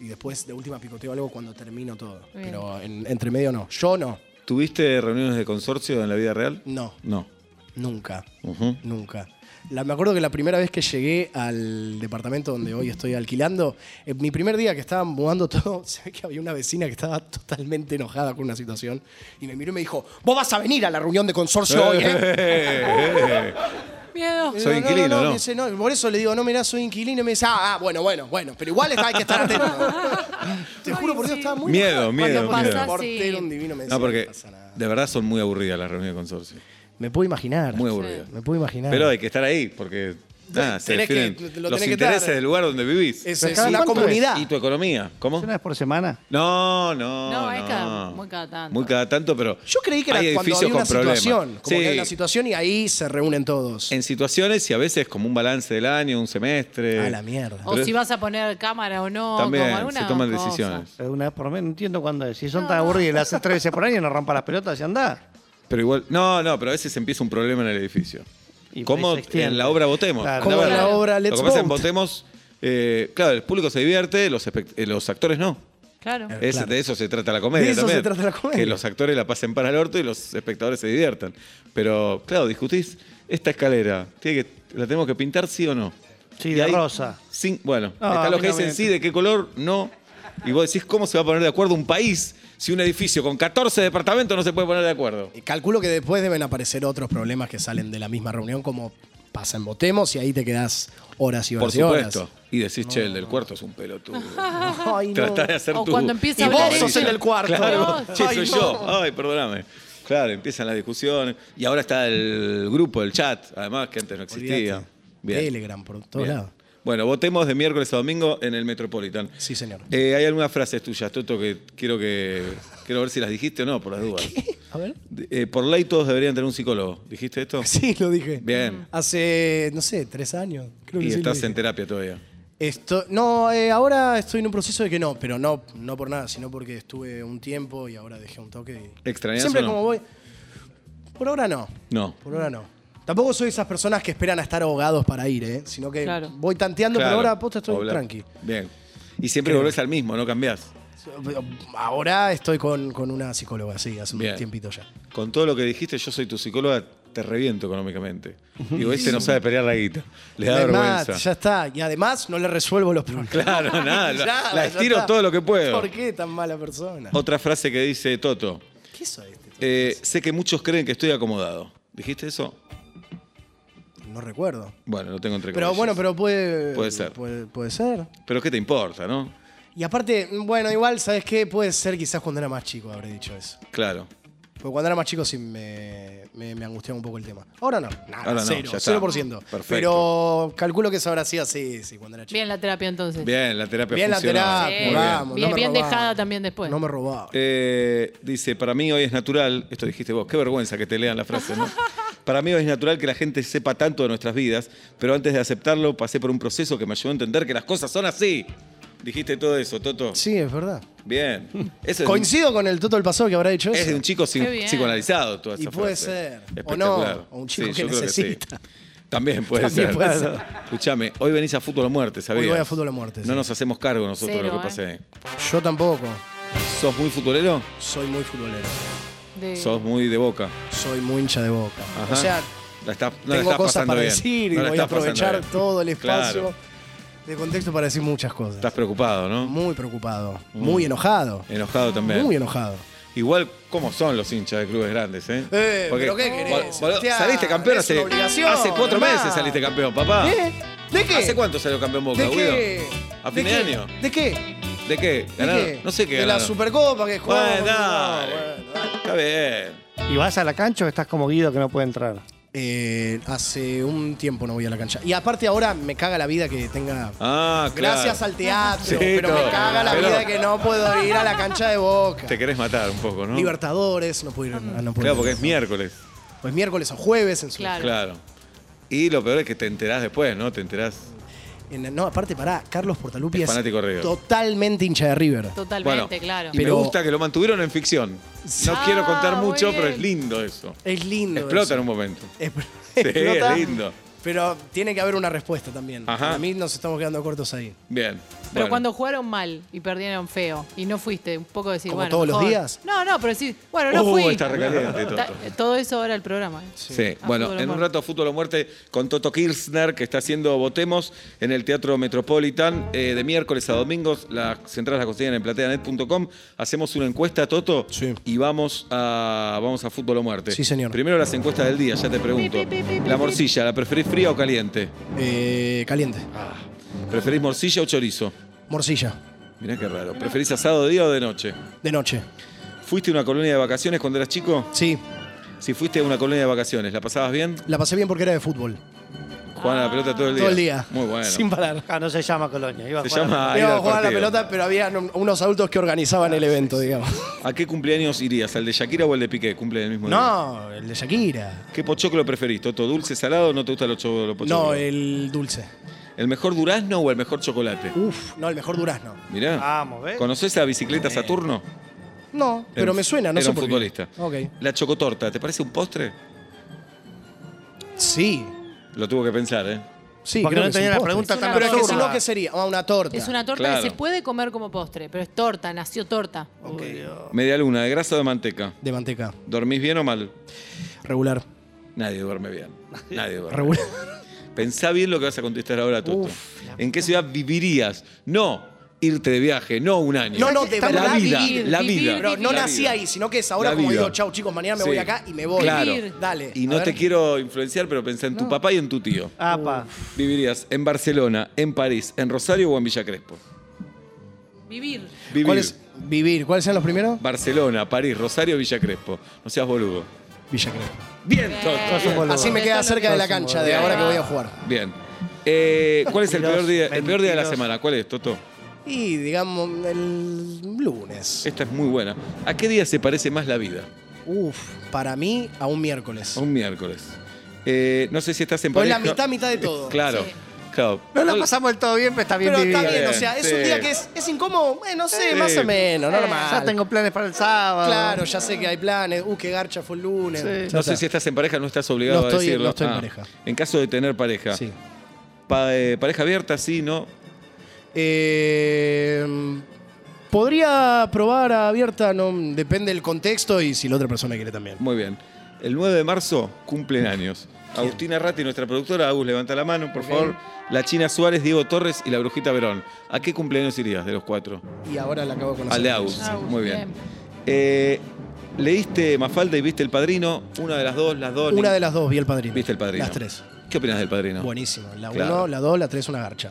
[SPEAKER 3] y después de última picoteo algo cuando termino todo.
[SPEAKER 4] Bien.
[SPEAKER 3] Pero en- entre medio no, yo no,
[SPEAKER 2] ¿Tuviste reuniones de consorcio en la vida real?
[SPEAKER 3] no.
[SPEAKER 2] No.
[SPEAKER 3] Nunca.
[SPEAKER 2] Ujú.
[SPEAKER 3] Nunca. La- me acuerdo que la primera vez que llegué al departamento donde hoy estoy alquilando, en mi primer día que estaban mudando [LAUGHS] todo, se ve que había una vecina que estaba totalmente enojada con una situación y me miró y me dijo, vos vas a venir a la reunión de consorcio
[SPEAKER 2] [LAUGHS]
[SPEAKER 3] hoy, ¿eh?".
[SPEAKER 2] eh.
[SPEAKER 4] Miedo.
[SPEAKER 3] Y
[SPEAKER 2] Soy
[SPEAKER 3] digo, "No,
[SPEAKER 2] inquilino,
[SPEAKER 3] no, no".
[SPEAKER 2] ¿no?
[SPEAKER 3] Me dice, "No". Por eso le digo, no, mirá, soy inquilino. Y me dice, ah, ah, bueno, bueno, bueno. Pero igual está- hay que estar atento. Te
[SPEAKER 4] Ay,
[SPEAKER 3] juro, por Dios,
[SPEAKER 4] sí.
[SPEAKER 3] estaba muy
[SPEAKER 2] Miedo,
[SPEAKER 3] enojada.
[SPEAKER 2] miedo,
[SPEAKER 3] Cuando pasó
[SPEAKER 2] miedo.
[SPEAKER 3] el portero, un divino me decía,
[SPEAKER 2] No, porque
[SPEAKER 3] pasa nada".
[SPEAKER 2] de verdad son muy aburridas las reuniones de consorcio.
[SPEAKER 3] Me puedo imaginar.
[SPEAKER 2] Muy aburridas.
[SPEAKER 3] Me puedo imaginar.
[SPEAKER 2] Pero hay que estar ahí, porque nada, se
[SPEAKER 3] Tenés que-
[SPEAKER 2] definen
[SPEAKER 3] lo tenés
[SPEAKER 2] los
[SPEAKER 3] que
[SPEAKER 2] intereses
[SPEAKER 3] estar.
[SPEAKER 2] del lugar donde vivís.
[SPEAKER 3] es,
[SPEAKER 5] ¿Pero
[SPEAKER 3] es
[SPEAKER 5] cada
[SPEAKER 3] una
[SPEAKER 5] cuánto es?
[SPEAKER 3] comunidad.
[SPEAKER 2] Y tu economía,
[SPEAKER 5] ¿Es
[SPEAKER 2] ¿cómo?
[SPEAKER 5] una vez por semana?
[SPEAKER 2] No, no.
[SPEAKER 4] No, es cada- muy cada tanto.
[SPEAKER 2] Muy cada tanto, pero.
[SPEAKER 3] Yo creí que era
[SPEAKER 2] hay
[SPEAKER 3] cuando
[SPEAKER 2] edificios
[SPEAKER 3] había una
[SPEAKER 2] con problemas.
[SPEAKER 3] situación. Como
[SPEAKER 2] Sí,
[SPEAKER 3] que hay una situación y ahí se reúnen todos.
[SPEAKER 2] en situaciones y a veces como un balance del año, un semestre.
[SPEAKER 3] A la mierda.
[SPEAKER 4] O si vas a poner cámara o no. como
[SPEAKER 2] También
[SPEAKER 4] alguna
[SPEAKER 2] se toman
[SPEAKER 4] cosa.
[SPEAKER 2] decisiones.
[SPEAKER 5] Eh, Una vez por mes, no entiendo cuándo es. Si son tan aburridos, las haces tres veces por año, no rompa las pelotas y andá.
[SPEAKER 2] Pero igual. No, no, pero a veces empieza un problema en el edificio.
[SPEAKER 5] Y
[SPEAKER 2] ¿Cómo
[SPEAKER 5] se extiende.
[SPEAKER 2] en la obra votemos?
[SPEAKER 5] Claro.
[SPEAKER 3] Como
[SPEAKER 2] Bueno,
[SPEAKER 3] en la obra
[SPEAKER 2] Lo que
[SPEAKER 3] Let's
[SPEAKER 2] pasa es que
[SPEAKER 3] Vote.
[SPEAKER 2] votemos. eh, claro, el público se divierte, los, espect- eh, los actores no.
[SPEAKER 4] Claro.
[SPEAKER 3] Eh,
[SPEAKER 2] Es-
[SPEAKER 3] Claro.
[SPEAKER 2] De eso se trata la comedia.
[SPEAKER 3] De eso
[SPEAKER 2] también.
[SPEAKER 3] se trata la comedia.
[SPEAKER 2] Que los actores la pasen para el orto y los espectadores se diviertan. Pero, claro, discutís esta escalera. Tiene que, ¿La tenemos que pintar sí o no?
[SPEAKER 5] Sí,
[SPEAKER 2] Y
[SPEAKER 5] de
[SPEAKER 2] ahí-
[SPEAKER 5] rosa.
[SPEAKER 2] sin- bueno,
[SPEAKER 5] Ah,
[SPEAKER 2] está lo
[SPEAKER 5] a mí
[SPEAKER 2] que
[SPEAKER 5] no
[SPEAKER 2] dicen
[SPEAKER 5] me-
[SPEAKER 2] sí, de qué color, no. Y vos decís, ¿cómo se va a poner de acuerdo un país si un edificio con 14 departamentos no se puede poner de acuerdo?
[SPEAKER 3] Y Calculo que después deben aparecer otros problemas que salen de la misma reunión, como pasa en Votemos y ahí te quedás horas y
[SPEAKER 2] Por
[SPEAKER 3] horas y horas.
[SPEAKER 2] supuesto. Y decís, che, el del cuarto es un
[SPEAKER 3] [LAUGHS]
[SPEAKER 2] pelotudo.
[SPEAKER 3] [LAUGHS] Ay, Ah, no.
[SPEAKER 2] Tratá de hacer
[SPEAKER 4] O
[SPEAKER 2] tu-
[SPEAKER 4] cuando empieza
[SPEAKER 3] a
[SPEAKER 2] tu
[SPEAKER 3] hablar
[SPEAKER 2] voz,
[SPEAKER 3] ella.
[SPEAKER 2] Claro,
[SPEAKER 4] No.
[SPEAKER 2] che,
[SPEAKER 3] Ay,
[SPEAKER 2] soy
[SPEAKER 3] no.
[SPEAKER 2] yo. Ay, perdóname. Claro, empiezan las discusiones. Y ahora está el grupo, el chat, además, que antes no existía.
[SPEAKER 3] Olvídate.
[SPEAKER 2] Bien.
[SPEAKER 3] Telegram por todos
[SPEAKER 2] bien.
[SPEAKER 3] lados.
[SPEAKER 2] Bueno, votemos de miércoles a domingo en el Metropolitan.
[SPEAKER 3] Sí, señor.
[SPEAKER 2] Eh, hay algunas frases tuyas, Toto, que quiero que quiero ver si las dijiste o no, por las
[SPEAKER 3] [LAUGHS]
[SPEAKER 2] dudas.
[SPEAKER 3] A ver.
[SPEAKER 2] De- eh, por ley todos deberían tener un psicólogo. ¿Dijiste esto?
[SPEAKER 3] Sí, lo dije.
[SPEAKER 2] Bien.
[SPEAKER 3] Hace, no sé, tres años. Creo que
[SPEAKER 2] Y
[SPEAKER 3] sí lo
[SPEAKER 2] estás
[SPEAKER 3] dije.
[SPEAKER 2] en terapia todavía.
[SPEAKER 3] Esto- no, eh, ahora estoy en un proceso de que no, pero no, no por nada, sino porque estuve un tiempo y ahora dejé un toque. y-
[SPEAKER 2] ¿Extrañas
[SPEAKER 3] Siempre
[SPEAKER 2] o no?
[SPEAKER 3] como voy. Por ahora no.
[SPEAKER 2] No.
[SPEAKER 3] Por ahora no. Tampoco soy esas personas que esperan a estar ahogados para ir, ¿eh? Sino que
[SPEAKER 4] Claro.
[SPEAKER 3] voy tanteando,
[SPEAKER 2] Claro.
[SPEAKER 3] pero ahora posta estoy
[SPEAKER 2] Obla-
[SPEAKER 3] tranqui.
[SPEAKER 2] Bien. Y siempre volvés al mismo, no cambiás.
[SPEAKER 3] Ahora estoy con, con una psicóloga, sí, hace un
[SPEAKER 2] Bien.
[SPEAKER 3] tiempito ya.
[SPEAKER 2] Con todo lo que dijiste, yo soy tu psicóloga, te reviento económicamente. Digo, este no sabe pelear la guita. Le da
[SPEAKER 3] Además,
[SPEAKER 2] vergüenza.
[SPEAKER 3] ya está. Y además no le resuelvo los problemas.
[SPEAKER 2] Claro,
[SPEAKER 3] [LAUGHS]
[SPEAKER 2] nada. la-
[SPEAKER 3] Ya,
[SPEAKER 2] la
[SPEAKER 3] ya
[SPEAKER 2] estiro
[SPEAKER 3] está.
[SPEAKER 2] todo lo que puedo.
[SPEAKER 3] ¿Por qué tan mala persona?
[SPEAKER 2] Otra frase que dice Toto.
[SPEAKER 3] ¿Qué soy este?
[SPEAKER 2] eh, sé que muchos creen que estoy acomodado. ¿Dijiste eso?
[SPEAKER 3] No recuerdo.
[SPEAKER 2] Bueno, lo tengo entre
[SPEAKER 3] Pero
[SPEAKER 2] comillas.
[SPEAKER 3] bueno, pero puede.
[SPEAKER 2] Puede ser.
[SPEAKER 3] Puede, puede ser.
[SPEAKER 2] Pero ¿qué te importa, no?
[SPEAKER 3] Y aparte, mm, bueno, igual, ¿sabes qué? Puede ser quizás cuando era más chico habré dicho eso.
[SPEAKER 2] Claro.
[SPEAKER 3] Porque cuando era más chico sí me, me, me angustiaba un poco el tema. Ahora no, nada,
[SPEAKER 2] Ahora no,
[SPEAKER 3] cero,
[SPEAKER 2] ya está.
[SPEAKER 3] 0%.
[SPEAKER 2] Perfecto.
[SPEAKER 3] Pero calculo que eso ahora sí, así, sí, cuando era chico.
[SPEAKER 4] Bien la terapia entonces.
[SPEAKER 2] Bien, la terapia
[SPEAKER 3] Bien la
[SPEAKER 2] funcionó.
[SPEAKER 3] terapia,
[SPEAKER 2] Muy bien.
[SPEAKER 3] vamos. no
[SPEAKER 4] bien,
[SPEAKER 3] me
[SPEAKER 4] bien
[SPEAKER 3] robaba.
[SPEAKER 4] dejada también después.
[SPEAKER 3] No me robaba.
[SPEAKER 2] Eh, dice, para mí hoy es natural, esto dijiste vos, qué vergüenza que te lean la frase,
[SPEAKER 4] [LAUGHS]
[SPEAKER 2] ¿no? Para mí hoy es natural que la gente sepa tanto de nuestras vidas, pero antes de aceptarlo pasé por un proceso que me ayudó a entender que las cosas son así. Dijiste todo eso, Toto.
[SPEAKER 3] Sí, es verdad. [LAUGHS]
[SPEAKER 2] Bien. Eso es,
[SPEAKER 3] Coincido con el Toto del pasado que habrá hecho
[SPEAKER 2] es de
[SPEAKER 3] eso.
[SPEAKER 2] un chico
[SPEAKER 4] Qué
[SPEAKER 2] psi-
[SPEAKER 4] bien.
[SPEAKER 2] psicoanalizado toda
[SPEAKER 3] Y
[SPEAKER 2] esa
[SPEAKER 3] puede
[SPEAKER 2] frase.
[SPEAKER 3] ser. O no,
[SPEAKER 2] Espectacular.
[SPEAKER 3] o un chico que
[SPEAKER 2] yo creo sí.
[SPEAKER 3] necesita.
[SPEAKER 2] También puede
[SPEAKER 3] También
[SPEAKER 2] ser.
[SPEAKER 3] puede ser.
[SPEAKER 2] Escuchame, hoy venís a Fútbol a Muerte, ¿sabías?
[SPEAKER 3] Hoy voy a Fútbol a Muerte,
[SPEAKER 2] No
[SPEAKER 3] sí.
[SPEAKER 2] nos hacemos cargo nosotros de lo
[SPEAKER 4] Cero, ¿eh?
[SPEAKER 2] que pasa ahí.
[SPEAKER 3] Yo tampoco.
[SPEAKER 2] ¿Sos muy futbolero?
[SPEAKER 3] Soy muy futbolero.
[SPEAKER 4] De-
[SPEAKER 2] Sos muy de boca.
[SPEAKER 3] Soy muy hincha de boca.
[SPEAKER 2] Ajá.
[SPEAKER 3] O sea,
[SPEAKER 2] La estás- no la
[SPEAKER 3] tengo
[SPEAKER 2] estás
[SPEAKER 3] cosas
[SPEAKER 2] pasando
[SPEAKER 3] para
[SPEAKER 2] bien.
[SPEAKER 3] decir y
[SPEAKER 2] No la
[SPEAKER 3] voy a
[SPEAKER 2] estás pasando
[SPEAKER 3] aprovechar
[SPEAKER 2] bien.
[SPEAKER 3] todo el espacio
[SPEAKER 2] Claro.
[SPEAKER 3] de contexto para decir muchas cosas.
[SPEAKER 2] Estás preocupado, ¿no?
[SPEAKER 3] Muy preocupado.
[SPEAKER 2] Mm.
[SPEAKER 3] Muy enojado.
[SPEAKER 2] Enojado también.
[SPEAKER 3] Muy enojado.
[SPEAKER 2] Igual, ¿cómo son los hinchas de clubes grandes, eh?
[SPEAKER 3] Eh,
[SPEAKER 2] Porque-
[SPEAKER 3] ¿pero qué querés,
[SPEAKER 2] Bol- bol-
[SPEAKER 3] Sebastián?
[SPEAKER 2] saliste campeón
[SPEAKER 3] Es una
[SPEAKER 2] hace,
[SPEAKER 3] obligación,
[SPEAKER 2] hace cuatro
[SPEAKER 3] hermano.
[SPEAKER 2] meses, saliste campeón, papá.
[SPEAKER 3] ¿Eh? ¿De qué?
[SPEAKER 2] Ah. ¿Hace cuánto salió campeón Boca,
[SPEAKER 3] ¿De
[SPEAKER 2] Guido?
[SPEAKER 3] qué?
[SPEAKER 2] ¿A fin de,
[SPEAKER 3] qué?
[SPEAKER 2] año?
[SPEAKER 3] ¿De qué?
[SPEAKER 2] ¿De qué?
[SPEAKER 3] ¿De
[SPEAKER 2] ¿Ganaron?
[SPEAKER 3] qué?
[SPEAKER 2] No sé qué
[SPEAKER 3] De
[SPEAKER 2] ganaron.
[SPEAKER 3] la Supercopa que jugó.
[SPEAKER 2] Bueno, dale. Está bien.
[SPEAKER 5] ¿Y vas a la cancha o estás como Guido que no puede entrar?
[SPEAKER 3] Eh, hace un tiempo no voy a la cancha. Y aparte ahora me caga la vida que tenga.
[SPEAKER 2] Ah, claro.
[SPEAKER 3] Gracias al teatro,
[SPEAKER 2] Sí,
[SPEAKER 3] pero
[SPEAKER 2] todo.
[SPEAKER 3] me caga la
[SPEAKER 2] Pero-
[SPEAKER 3] vida que no puedo ir a la cancha de Boca.
[SPEAKER 2] Te querés matar un poco, ¿no?
[SPEAKER 3] Libertadores, no puedo ir. No, no puedo
[SPEAKER 2] Claro,
[SPEAKER 3] ir.
[SPEAKER 2] porque es miércoles.
[SPEAKER 3] Pues miércoles o jueves en su.
[SPEAKER 4] Claro.
[SPEAKER 2] Claro. Y lo peor es que te enterás después, ¿no? Te enterás.
[SPEAKER 3] en- no, aparte, pará, Carlos Portalupi
[SPEAKER 2] Es
[SPEAKER 3] es,
[SPEAKER 2] fanático de River.
[SPEAKER 3] totalmente hincha de River.
[SPEAKER 4] Totalmente,
[SPEAKER 2] Bueno.
[SPEAKER 4] claro.
[SPEAKER 2] Y me
[SPEAKER 3] Pero-
[SPEAKER 2] gusta que lo mantuvieron en ficción. No
[SPEAKER 4] Ah,
[SPEAKER 2] quiero contar
[SPEAKER 4] muy
[SPEAKER 2] mucho, pero
[SPEAKER 4] bien.
[SPEAKER 2] es lindo eso.
[SPEAKER 3] Es lindo.
[SPEAKER 2] Explota
[SPEAKER 3] eso.
[SPEAKER 2] en un
[SPEAKER 3] [LAUGHS]
[SPEAKER 2] momento.
[SPEAKER 3] Expl-
[SPEAKER 2] Sí,
[SPEAKER 3] Explota.
[SPEAKER 2] es lindo.
[SPEAKER 3] Pero tiene que haber una respuesta también.
[SPEAKER 2] Ajá.
[SPEAKER 3] A mí nos estamos quedando cortos ahí.
[SPEAKER 2] Bien.
[SPEAKER 4] Pero
[SPEAKER 2] bueno.
[SPEAKER 4] cuando jugaron mal y perdieron feo y no fuiste, un poco decir,
[SPEAKER 3] ¿Como
[SPEAKER 4] bueno.
[SPEAKER 3] todos los
[SPEAKER 4] mejor.
[SPEAKER 3] días?
[SPEAKER 4] No, no, pero decir, bueno, no
[SPEAKER 2] Uh,
[SPEAKER 4] fui.
[SPEAKER 2] está recaliente, Toto.
[SPEAKER 4] Ta- Todo eso ahora el programa. ¿eh?
[SPEAKER 2] Sí,
[SPEAKER 4] A
[SPEAKER 2] bueno,
[SPEAKER 4] Fútbol o
[SPEAKER 2] en un
[SPEAKER 4] Muerte.
[SPEAKER 2] rato Fútbol o Muerte con Toto Kirchner, que está haciendo Votemos en el Teatro Metropolitan eh, de miércoles a domingos. Las entradas las consiguen en plateanet.com. Hacemos una encuesta, Toto,
[SPEAKER 3] Sí.
[SPEAKER 2] y vamos a, vamos a Fútbol o Muerte.
[SPEAKER 3] Sí, señor.
[SPEAKER 2] Primero las encuestas del día, ya te pregunto.
[SPEAKER 4] Pi, pi, pi, pi,
[SPEAKER 2] La
[SPEAKER 4] pi.
[SPEAKER 2] morcilla, ¿la preferís fría o caliente?
[SPEAKER 3] Eh, caliente.
[SPEAKER 2] ¿Preferís morcilla o chorizo?
[SPEAKER 3] Morcilla.
[SPEAKER 2] Mirá qué raro. ¿Preferís asado de día o de noche?
[SPEAKER 3] De noche.
[SPEAKER 2] ¿Fuiste a una colonia de vacaciones cuando eras chico?
[SPEAKER 3] Sí.
[SPEAKER 2] Si fuiste a una colonia de vacaciones, ¿la pasabas bien?
[SPEAKER 3] La pasé bien porque era de fútbol.
[SPEAKER 2] Jugaban a la pelota todo el día.
[SPEAKER 3] Todo el día.
[SPEAKER 2] Muy bueno.
[SPEAKER 3] Sin parar.
[SPEAKER 5] Ah, no se llama Colonia. iba a
[SPEAKER 2] Se
[SPEAKER 5] jugar a-
[SPEAKER 2] llama ir
[SPEAKER 3] Íbamos
[SPEAKER 2] Ah,
[SPEAKER 3] a
[SPEAKER 2] al
[SPEAKER 3] jugar a la
[SPEAKER 2] partido. Ah,
[SPEAKER 3] pelota, pero había unos adultos que organizaban el evento, digamos.
[SPEAKER 2] ¿A qué cumpleaños irías? ¿Al de Shakira o al de Piqué? Cumple el mismo día.
[SPEAKER 3] No, el de Shakira.
[SPEAKER 2] ¿Qué pochoclo preferís? ¿Toto dulce, salado o no te gusta los cho- los pochoclos?
[SPEAKER 3] No, eh. el dulce.
[SPEAKER 2] ¿El mejor durazno o el mejor chocolate?
[SPEAKER 3] Uf, no, el mejor durazno.
[SPEAKER 2] Mirá.
[SPEAKER 5] Vamos, ¿eh? ¿ves?
[SPEAKER 2] ¿Conocés la bicicleta Saturno?
[SPEAKER 3] No, pero
[SPEAKER 2] Era-
[SPEAKER 3] me suena, no
[SPEAKER 2] era
[SPEAKER 3] sé
[SPEAKER 2] un
[SPEAKER 3] por qué.
[SPEAKER 2] futbolista.
[SPEAKER 3] Ok.
[SPEAKER 2] La chocotorta, ¿te parece un postre?
[SPEAKER 3] Sí.
[SPEAKER 2] Lo tuvo que pensar, ¿eh?
[SPEAKER 3] Sí,
[SPEAKER 5] Porque
[SPEAKER 3] creo
[SPEAKER 5] no
[SPEAKER 3] que es
[SPEAKER 5] tenía
[SPEAKER 3] un
[SPEAKER 5] la
[SPEAKER 3] postre.
[SPEAKER 5] pregunta
[SPEAKER 4] tan
[SPEAKER 3] Pero es que si
[SPEAKER 5] absurda.
[SPEAKER 3] no, ¿qué sería? Ah, una torta.
[SPEAKER 4] Es una torta
[SPEAKER 2] Claro.
[SPEAKER 4] que se puede comer como postre, pero es torta, nació torta.
[SPEAKER 2] Media luna, de grasa o de manteca.
[SPEAKER 3] De manteca.
[SPEAKER 2] ¿Dormís bien o mal?
[SPEAKER 3] Regular.
[SPEAKER 2] Nadie duerme bien. Nadie duerme. bien.
[SPEAKER 3] Regular.
[SPEAKER 2] Pensá bien lo que vas a contestar ahora, Toto.
[SPEAKER 3] Uf,
[SPEAKER 2] ¿En qué ciudad vivirías? No irte de viaje, no un año.
[SPEAKER 3] No, no, de
[SPEAKER 2] La
[SPEAKER 3] verdad
[SPEAKER 2] vida,
[SPEAKER 4] vivir,
[SPEAKER 2] la
[SPEAKER 4] vivir,
[SPEAKER 2] vida.
[SPEAKER 4] Pero
[SPEAKER 3] No
[SPEAKER 2] La
[SPEAKER 3] nací
[SPEAKER 2] vida.
[SPEAKER 3] ahí, sino que es ahora
[SPEAKER 2] La
[SPEAKER 3] como
[SPEAKER 2] vida.
[SPEAKER 3] digo, chau chicos, mañana me
[SPEAKER 2] Sí.
[SPEAKER 3] voy acá y me voy.
[SPEAKER 2] Claro.
[SPEAKER 4] Vivir.
[SPEAKER 3] Dale.
[SPEAKER 2] Y
[SPEAKER 3] a
[SPEAKER 2] no
[SPEAKER 3] ver.
[SPEAKER 2] te quiero influenciar, pero pensá en tu papá y en tu tío.
[SPEAKER 5] Apa.
[SPEAKER 2] Uh, ¿Vivirías en Barcelona, en París, en Rosario o en Villa Crespo?
[SPEAKER 4] Vivir.
[SPEAKER 2] Vivir.
[SPEAKER 3] ¿Cuál es? Vivir. ¿Cuáles eran los primeros?
[SPEAKER 2] Barcelona, París, Rosario, Villa Crespo. No seas boludo.
[SPEAKER 3] Villa Crespo.
[SPEAKER 2] Bien,
[SPEAKER 4] Eh,
[SPEAKER 5] Sos un
[SPEAKER 2] Toto.
[SPEAKER 5] boludo.
[SPEAKER 3] Así me queda
[SPEAKER 4] Esto lo
[SPEAKER 3] cerca de la
[SPEAKER 5] sos un
[SPEAKER 3] cancha,
[SPEAKER 5] boludo.
[SPEAKER 3] de ahora que voy a jugar.
[SPEAKER 2] Bien. Eh, ¿Cuál es el peor,
[SPEAKER 5] Mentiroso,
[SPEAKER 2] día, el peor día de la
[SPEAKER 5] mentiroso.
[SPEAKER 2] semana? ¿Cuál es, Toto?
[SPEAKER 3] Y digamos, el lunes.
[SPEAKER 2] Esta es muy buena. ¿A qué día se parece más la vida?
[SPEAKER 3] Uf, para mí, a un miércoles.
[SPEAKER 2] A un miércoles. Eh, no sé si estás en
[SPEAKER 3] Pues
[SPEAKER 2] París.
[SPEAKER 3] la
[SPEAKER 2] no-
[SPEAKER 3] mitad, mitad de todo.
[SPEAKER 2] Claro,
[SPEAKER 4] Sí.
[SPEAKER 2] claro.
[SPEAKER 5] No la pasamos del todo bien, pero está bien
[SPEAKER 3] Pero
[SPEAKER 5] vivida.
[SPEAKER 3] está bien, o
[SPEAKER 2] Bien,
[SPEAKER 3] sea, es
[SPEAKER 2] sí.
[SPEAKER 3] un día que es, es incómodo, eh, no sé,
[SPEAKER 2] Sí.
[SPEAKER 3] más o menos, normal.
[SPEAKER 5] Ya tengo planes para el sábado.
[SPEAKER 3] Claro, ya sé que hay planes. Uh, qué garcha fue el lunes. Ya
[SPEAKER 2] No
[SPEAKER 3] está.
[SPEAKER 2] sé si estás en pareja, no estás obligado
[SPEAKER 3] No estoy-
[SPEAKER 2] a decirlo. Ah.
[SPEAKER 3] no estoy en pareja.
[SPEAKER 2] En caso de tener pareja.
[SPEAKER 3] Sí.
[SPEAKER 2] Pa- eh, pareja abierta, sí, ¿no?
[SPEAKER 3] Eh, Podría probar a abierta, no, depende del contexto y si la otra persona quiere también.
[SPEAKER 2] Muy bien. El 9 de marzo cumplen años. Agustina Ratti, nuestra productora. Agus, levanta la mano, por favor. La China Suárez, Diego Torres y la Brujita Verón. ¿A qué cumpleaños irías de los cuatro?
[SPEAKER 3] Y ahora la acabo de conocer.
[SPEAKER 2] Al de Agus.
[SPEAKER 4] Agus,
[SPEAKER 2] Muy bien.
[SPEAKER 4] bien.
[SPEAKER 2] Eh, ¿Leíste Mafalda y viste El Padrino? Una de las dos, las dos.
[SPEAKER 3] Una
[SPEAKER 2] ni-
[SPEAKER 3] de las dos, vi el padrino.
[SPEAKER 2] ¿Viste El Padrino?
[SPEAKER 3] Las tres.
[SPEAKER 2] ¿Qué opinas del Padrino?
[SPEAKER 3] Buenísimo. La
[SPEAKER 2] Claro.
[SPEAKER 3] uno, la dos, la tres, una garcha.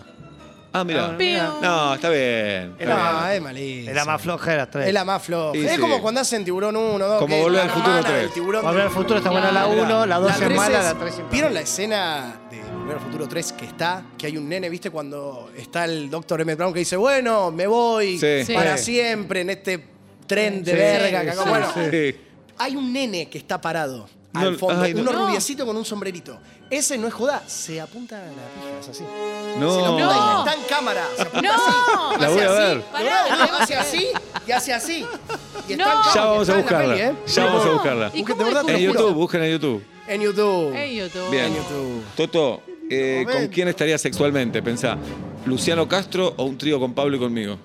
[SPEAKER 2] Ah, mira.
[SPEAKER 4] Piu.
[SPEAKER 2] No, está bien. está bien.
[SPEAKER 3] No, es malísima.
[SPEAKER 5] Era más floja de las tres.
[SPEAKER 3] Es la más floja.
[SPEAKER 2] Sí,
[SPEAKER 3] es
[SPEAKER 2] sí.
[SPEAKER 3] como cuando hacen Tiburón 1, 2.
[SPEAKER 2] Como Volver al Futuro tres.
[SPEAKER 5] Volver al futuro está buena la 1, la 2 es mala, la 3 es
[SPEAKER 3] ¿Vieron la escena de Volver al Futuro 3 que está? Que hay un nene, ¿viste? Cuando está el Dr. M. Brown que dice, bueno, me voy
[SPEAKER 2] Sí.
[SPEAKER 4] Sí.
[SPEAKER 3] para
[SPEAKER 4] Sí.
[SPEAKER 3] siempre en este tren de
[SPEAKER 5] Sí,
[SPEAKER 3] verga.
[SPEAKER 5] sí,
[SPEAKER 3] que acá-".
[SPEAKER 5] sí,
[SPEAKER 3] bueno,
[SPEAKER 2] Sí.
[SPEAKER 3] hay un nene que está parado al
[SPEAKER 2] No,
[SPEAKER 3] fondo.
[SPEAKER 2] ay, no.
[SPEAKER 3] uno
[SPEAKER 4] No.
[SPEAKER 3] rubiecito con un sombrerito. Ese no es joda, se apunta a la pija, es así. Se lo
[SPEAKER 2] No.
[SPEAKER 3] apunta
[SPEAKER 4] No.
[SPEAKER 3] y está en cámara. Se apunta
[SPEAKER 4] ¡No!
[SPEAKER 3] así.
[SPEAKER 2] La voy
[SPEAKER 3] hace
[SPEAKER 2] a
[SPEAKER 3] así,
[SPEAKER 2] ver.
[SPEAKER 3] lo
[SPEAKER 4] Pará,
[SPEAKER 3] ve,
[SPEAKER 4] la
[SPEAKER 3] y
[SPEAKER 4] voy a
[SPEAKER 3] hace
[SPEAKER 4] ver.
[SPEAKER 3] así y hace así. Y está
[SPEAKER 4] No.
[SPEAKER 3] en cámara.
[SPEAKER 2] Ya vamos a
[SPEAKER 3] está en la
[SPEAKER 2] buscarla.
[SPEAKER 3] peli, ¿eh?
[SPEAKER 2] Ya vamos a buscarla.
[SPEAKER 4] ¿Y
[SPEAKER 3] Búsquete,
[SPEAKER 4] cómo
[SPEAKER 3] ¿verdad?
[SPEAKER 2] En
[SPEAKER 3] Te lo juro.
[SPEAKER 2] YouTube, busquen en YouTube.
[SPEAKER 3] En YouTube.
[SPEAKER 4] En YouTube.
[SPEAKER 2] Bien.
[SPEAKER 3] YouTube.
[SPEAKER 2] Toto, eh, ¿con
[SPEAKER 5] Momento.
[SPEAKER 2] quién estaría sexualmente? Pensá, ¿Luciano Castro o un trío con Pablo y conmigo?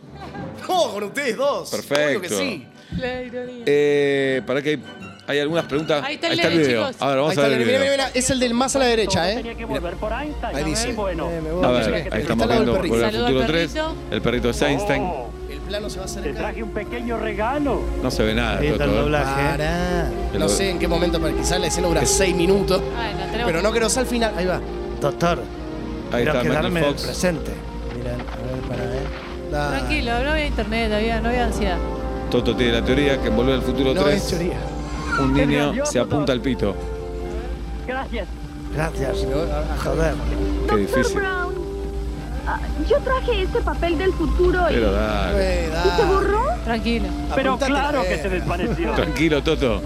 [SPEAKER 3] ¿Cómo? Con ustedes dos. Obvio que
[SPEAKER 2] Perfecto.
[SPEAKER 3] sí.
[SPEAKER 4] La ironía.
[SPEAKER 2] Eh, para que hay, hay algunas preguntas.
[SPEAKER 4] Ahí está el
[SPEAKER 2] el
[SPEAKER 4] nene,
[SPEAKER 2] video.
[SPEAKER 4] chicos.
[SPEAKER 2] Ahora
[SPEAKER 3] Ahí
[SPEAKER 2] vamos
[SPEAKER 3] está,
[SPEAKER 2] a ver el
[SPEAKER 3] mira, mira,
[SPEAKER 2] video.
[SPEAKER 3] mira. Es el del más a la derecha, ¿eh?
[SPEAKER 1] Tenía que volver por Einstein.
[SPEAKER 3] Ahí
[SPEAKER 1] ¿no?
[SPEAKER 3] dice.
[SPEAKER 1] Y Bueno,
[SPEAKER 3] Eh, me
[SPEAKER 2] A
[SPEAKER 3] voy.
[SPEAKER 2] ver,
[SPEAKER 3] Pero
[SPEAKER 2] ahí
[SPEAKER 3] está
[SPEAKER 2] estamos
[SPEAKER 3] al lado del
[SPEAKER 2] viendo
[SPEAKER 3] perrito.
[SPEAKER 2] Volver al
[SPEAKER 4] Saludo
[SPEAKER 2] Futuro
[SPEAKER 4] al
[SPEAKER 2] 3,
[SPEAKER 4] perrito.
[SPEAKER 2] el perrito de Einstein.
[SPEAKER 1] Oh,
[SPEAKER 3] El plano se va a
[SPEAKER 1] te
[SPEAKER 3] acercar.
[SPEAKER 1] traje un pequeño regalo.
[SPEAKER 2] No se ve nada,
[SPEAKER 5] Ahí está el
[SPEAKER 2] Toto. ¿eh?
[SPEAKER 5] doblaje. ¿eh?
[SPEAKER 3] Pará.
[SPEAKER 2] El
[SPEAKER 3] No
[SPEAKER 2] doble.
[SPEAKER 3] sé en qué momento, pero quizás la escena dura seis minutos.
[SPEAKER 4] Ay, la tenemos.
[SPEAKER 3] Pero no creo sea al final. Ahí va.
[SPEAKER 5] Doctor,
[SPEAKER 2] Ahí
[SPEAKER 5] quiero
[SPEAKER 2] está
[SPEAKER 5] quedarme en
[SPEAKER 2] Michael
[SPEAKER 5] el
[SPEAKER 2] Fox.
[SPEAKER 5] presente.
[SPEAKER 3] Mirá, a ver, eh. para ver. Da.
[SPEAKER 4] Tranquilo, no había internet, había, no había ansiedad.
[SPEAKER 2] Toto tiene la teoría que en Volver al Futuro
[SPEAKER 3] No es
[SPEAKER 2] 3
[SPEAKER 3] teoría.
[SPEAKER 2] un
[SPEAKER 1] Qué
[SPEAKER 2] niño
[SPEAKER 1] nervioso,
[SPEAKER 2] se apunta al pito.
[SPEAKER 1] Gracias.
[SPEAKER 5] Gracias.
[SPEAKER 3] Me voy a- a-
[SPEAKER 5] Joder.
[SPEAKER 2] Qué
[SPEAKER 6] Doctor
[SPEAKER 2] difícil.
[SPEAKER 6] Brown, ah, yo traje este papel del futuro y...
[SPEAKER 2] Pero dale.
[SPEAKER 3] Eh, da.
[SPEAKER 6] ¿Y se borró?
[SPEAKER 4] Tranquilo.
[SPEAKER 1] Pero
[SPEAKER 3] Apuntate
[SPEAKER 1] claro
[SPEAKER 3] la
[SPEAKER 1] que se
[SPEAKER 3] verga. [LAUGHS]
[SPEAKER 1] desvaneció.
[SPEAKER 2] Tranquilo, Toto.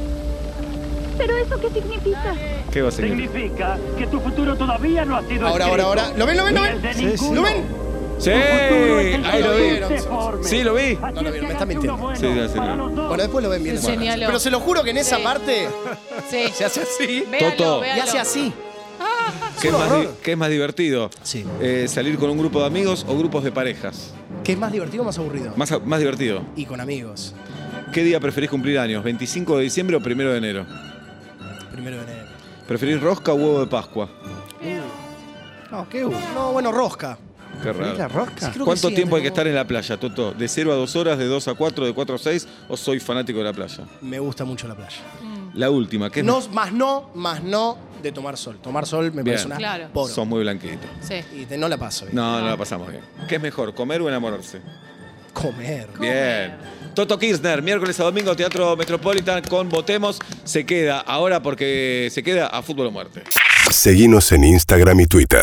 [SPEAKER 6] ¿Pero eso qué significa?
[SPEAKER 2] ¿Qué va a seguir?
[SPEAKER 1] Significa que tu futuro todavía no ha sido
[SPEAKER 3] Ahora, ahora,
[SPEAKER 1] escrito.
[SPEAKER 3] ahora. ¿Lo ven, lo ven, lo
[SPEAKER 1] Ni el
[SPEAKER 3] ven?
[SPEAKER 1] de
[SPEAKER 5] Sí, sí.
[SPEAKER 1] ninguno.
[SPEAKER 3] ¿Lo ven? Eh,
[SPEAKER 2] ¡Sí!
[SPEAKER 1] Tu futuro es el
[SPEAKER 2] Ahí
[SPEAKER 1] que
[SPEAKER 2] lo
[SPEAKER 1] hoy
[SPEAKER 2] vi.
[SPEAKER 3] vieron.
[SPEAKER 1] se forme.
[SPEAKER 2] Sí, lo vi.
[SPEAKER 3] No
[SPEAKER 1] Así
[SPEAKER 3] lo
[SPEAKER 1] es
[SPEAKER 3] vieron, me
[SPEAKER 1] que
[SPEAKER 3] está
[SPEAKER 1] hágase
[SPEAKER 3] mintiendo.
[SPEAKER 1] uno bueno
[SPEAKER 2] Sí, ya se
[SPEAKER 1] para
[SPEAKER 2] vio.
[SPEAKER 1] los dos.
[SPEAKER 3] Bueno, después lo ven bien.
[SPEAKER 4] Se señaló.
[SPEAKER 3] Pero se lo juro que en esa
[SPEAKER 2] [LAUGHS]
[SPEAKER 4] Sí.
[SPEAKER 3] parte
[SPEAKER 4] Sí.
[SPEAKER 3] se hace así.
[SPEAKER 4] Véalo,
[SPEAKER 2] Toto.
[SPEAKER 3] Y
[SPEAKER 4] véalo.
[SPEAKER 3] hace así.
[SPEAKER 2] ¿Qué es,
[SPEAKER 3] un
[SPEAKER 2] más
[SPEAKER 3] horror.
[SPEAKER 2] di- qué es más divertido?
[SPEAKER 3] Sí.
[SPEAKER 2] Eh, ¿Salir con un grupo de amigos o grupos de parejas?
[SPEAKER 3] ¿Qué es más divertido o más aburrido?
[SPEAKER 2] Más, a- más divertido.
[SPEAKER 3] Y con amigos.
[SPEAKER 2] ¿Qué día preferís cumplir años? ¿25 de diciembre o 1 de enero?
[SPEAKER 3] Primero de enero.
[SPEAKER 2] ¿Preferís rosca o huevo de Pascua?
[SPEAKER 5] No, ¿qué hubo?
[SPEAKER 3] No, bueno, rosca.
[SPEAKER 2] Qué
[SPEAKER 5] ¿Es la
[SPEAKER 2] raro.
[SPEAKER 5] rosca?
[SPEAKER 3] Creo que
[SPEAKER 2] ¿Cuánto
[SPEAKER 3] sí,
[SPEAKER 2] tiempo hay que estar
[SPEAKER 3] Andrés.
[SPEAKER 2] en la playa, Toto? ¿De 0 a 2 horas, de 2 a 4, de 4 a 6 o soy fanático de la playa?
[SPEAKER 3] Me gusta mucho la playa.
[SPEAKER 2] La última, ¿qué es
[SPEAKER 3] No, más no, más no de tomar sol. Tomar sol me
[SPEAKER 2] Bien.
[SPEAKER 3] parece una
[SPEAKER 4] Claro.
[SPEAKER 3] poro.
[SPEAKER 2] Sos muy blanquito.
[SPEAKER 4] Sí.
[SPEAKER 3] Y te- no la paso. bien.
[SPEAKER 2] No, no la pasamos bien. ¿Qué es mejor, comer o enamorarse?
[SPEAKER 3] Comer.
[SPEAKER 2] Bien. Toto Kirchner, miércoles a domingo, Teatro Metropolitan con Votemos. Se queda ahora porque se queda a fútbol o muerte.
[SPEAKER 7] Seguinos en Instagram y Twitter.